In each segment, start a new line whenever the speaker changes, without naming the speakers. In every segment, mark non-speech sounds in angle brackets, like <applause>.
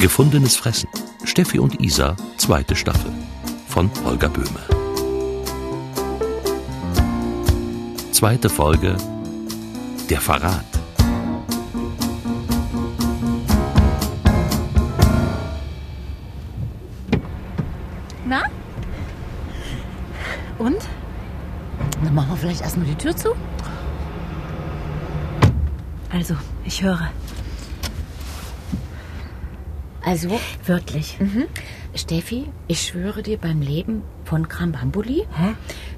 Gefundenes Fressen. Steffi und Isa, zweite Staffel. Von Holger Böhme. Zweite Folge. Der Verrat.
Na? Und? Dann machen wir vielleicht erstmal die Tür zu.
Also, ich höre.
Also, mhm.
Wörtlich.
Steffi, ich schwöre dir beim Leben von Krambambuli.
Hä?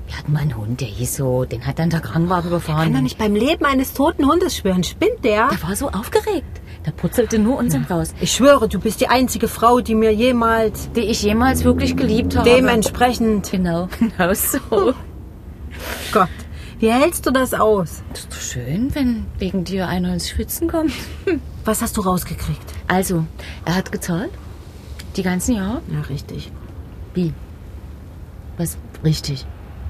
Wir hatten mal einen Hund, der hieß so, den hat dann der Krankenwagen überfahren.
Kann doch nicht beim Leben eines toten Hundes schwören. Spinnt der?
Der war so aufgeregt. Der putzelte nur unseren raus,
Ich schwöre, du bist die einzige Frau, die mir jemals
die ich jemals wirklich geliebt habe.
dementsprechend. <laughs>
Genau, genau so.
Gott, wie hältst du das aus?
Das ist doch schön, wenn wegen dir einer ins Schwitzen kommt.
Was hast du rausgekriegt?
Also, er hat gezahlt. Die ganzen Jahre.
Na, richtig.
Wie? Was? Richtig.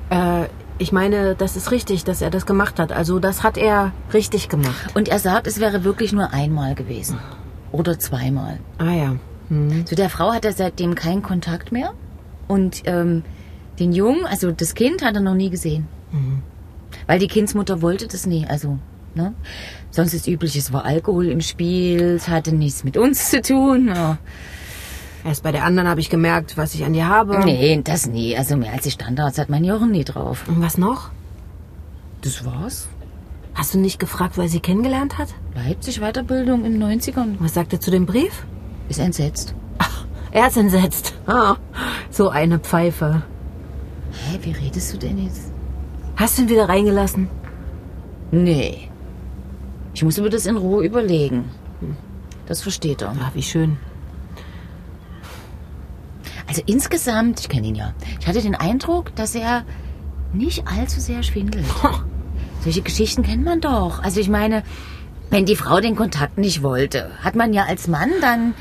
Äh, ich meine, das ist richtig, dass er das gemacht hat. Also, das hat er richtig gemacht.
Und er sagt, es wäre wirklich nur einmal gewesen. Oder zweimal.
Ah ja. Hm.
Zu der Frau hat er seitdem keinen Kontakt mehr. Und ähm, den Jungen, also das Kind, hat er noch nie gesehen. Weil die Kindsmutter wollte das nie. Also, ne? Sonst ist üblich, es war Alkohol im Spiel, es hatte nichts mit uns zu tun. Ja.
Erst bei der anderen habe ich gemerkt, was ich an dir habe.
Nee, das nie. Also mehr als die Standards hat mein Jochen nie drauf.
Und was noch?
Das war's.
Hast du nicht gefragt, wo er sie kennengelernt hat?
Leipzig Weiterbildung in 90ern.
Was sagt er zu dem Brief?
Ist entsetzt.
Er ist entsetzt. Ah, so eine Pfeife.
Hä, wie redest du denn jetzt?
Hast du ihn wieder reingelassen?
Nee. Ich muss mir das in Ruhe überlegen. Das versteht er.
Ach, Ah, wie schön.
Also insgesamt, ich kenne ihn ja, ich hatte den Eindruck, dass er nicht allzu sehr schwindelt. Solche Geschichten kennt man doch. Also ich meine, wenn die Frau den Kontakt nicht wollte, hat man ja als Mann dann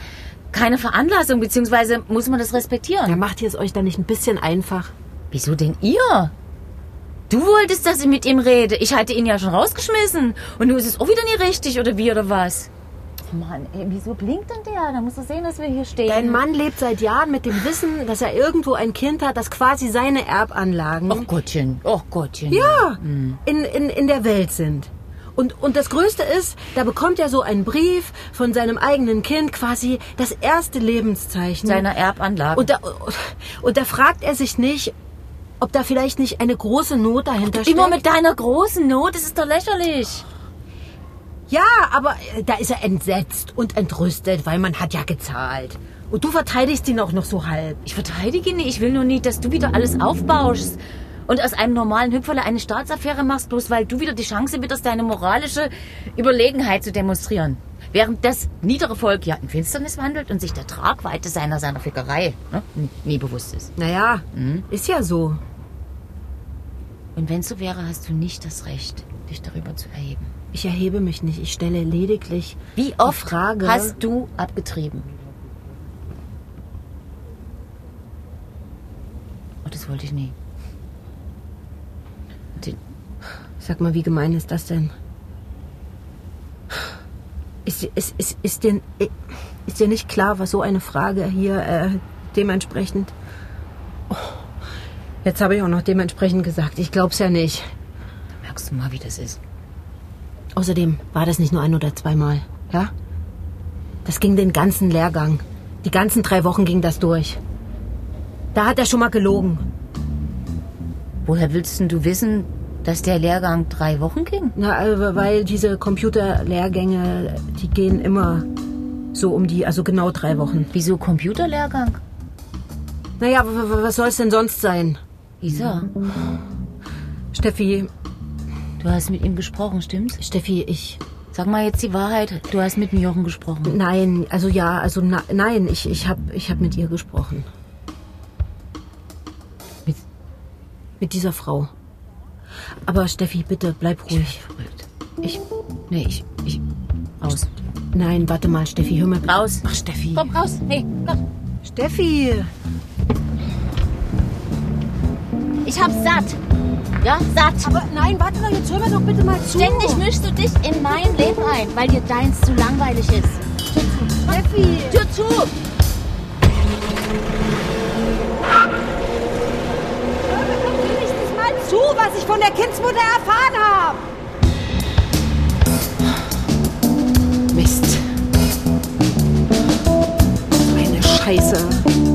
keine Veranlassung, beziehungsweise muss man das respektieren.
Ja, macht ihr es euch da nicht ein bisschen einfach?
Wieso denn ihr? Du wolltest, dass ich mit ihm rede. Ich hatte ihn ja schon rausgeschmissen. Und nun ist es auch wieder nie richtig, oder wie, oder was? Oh Mann, ey, wieso blinkt denn der? Da musst du sehen, dass wir hier stehen.
Dein Mann lebt seit Jahren mit dem Wissen, dass er irgendwo ein Kind hat, das quasi seine Erbanlagen
Och Hm. Gottchen, oh Gottchen.
ja, in, in, in der Welt sind. Und, und das Größte ist, da bekommt er so einen Brief von seinem eigenen Kind, quasi das erste Lebenszeichen.
Seiner Erbanlage.
und, da, und da fragt er sich nicht, ob da vielleicht nicht eine große Not dahinter steckt.
immer mit deiner großen Not, das ist doch lächerlich.
Ja, aber äh, da ist er entsetzt und entrüstet, weil man hat ja gezahlt. Und du verteidigst ihn auch noch so halb.
Ich verteidige ihn nicht. Ich will nur nicht, dass du wieder alles aufbauschst und aus einem normalen Hüpferle eine Staatsaffäre machst, bloß weil du wieder die Chance bitterst, deine moralische Überlegenheit zu demonstrieren. Während das niedere Volk ja in Finsternis wandelt und sich der Tragweite seiner, seiner Fickerei ne, nie bewusst ist.
Naja, ist ja so.
Und wenn so wäre, hast du nicht das Recht, dich darüber zu erheben.
Ich erhebe mich nicht. Ich stelle lediglich
Wie oft
die Frage.
hast du abgetrieben? Oh, das wollte ich nie. Den,
Sag mal, wie gemein ist das denn? Ist, ist, ist, ist, dir, ist dir nicht klar, was so eine Frage hier äh, dementsprechend. Oh, jetzt habe ich auch noch dementsprechend gesagt. Ich glaub's ja nicht.
merkst du mal, wie das ist?
Außerdem war das nicht nur ein oder zweimal, ja? Das ging den ganzen Lehrgang. Die ganzen drei Wochen ging das durch. Da hat er schon mal gelogen.
Woher willst denn du wissen, dass der Lehrgang drei Wochen ging?
Na, äh, weil diese Computerlehrgänge, die gehen immer so um die, also genau drei Wochen.
Wieso Computerlehrgang?
Naja, w- w- was soll's denn sonst sein?
Isa,
Steffi,
du hast mit ihm gesprochen, stimmt's?
Steffi, ich.
Sag mal jetzt die Wahrheit. Du hast mit dem Jochen gesprochen.
Nein, also ja, also na, nein, ich, ich hab, ich hab mit ihr gesprochen.
Mit-
Mit dieser Frau. Aber Steffi, bitte, bleib ruhig.
Verrückt. Ich. Nee, ich. Ich. Raus.
Nein, warte mal, Steffi, hör mal.
Raus.
Ach, Steffi.
Komm raus. Hey, komm.
Steffi!
Ich hab's satt.
Ja, satt.
Aber nein, warte doch, jetzt hör mir doch bitte mal zu.
Ständig mischst du dich in mein Leben ein, weil dir deins zu langweilig ist.
Steffi!
Tür zu!
zu, was ich von der Kindsmutter erfahren habe.
Mist. Meine Scheiße.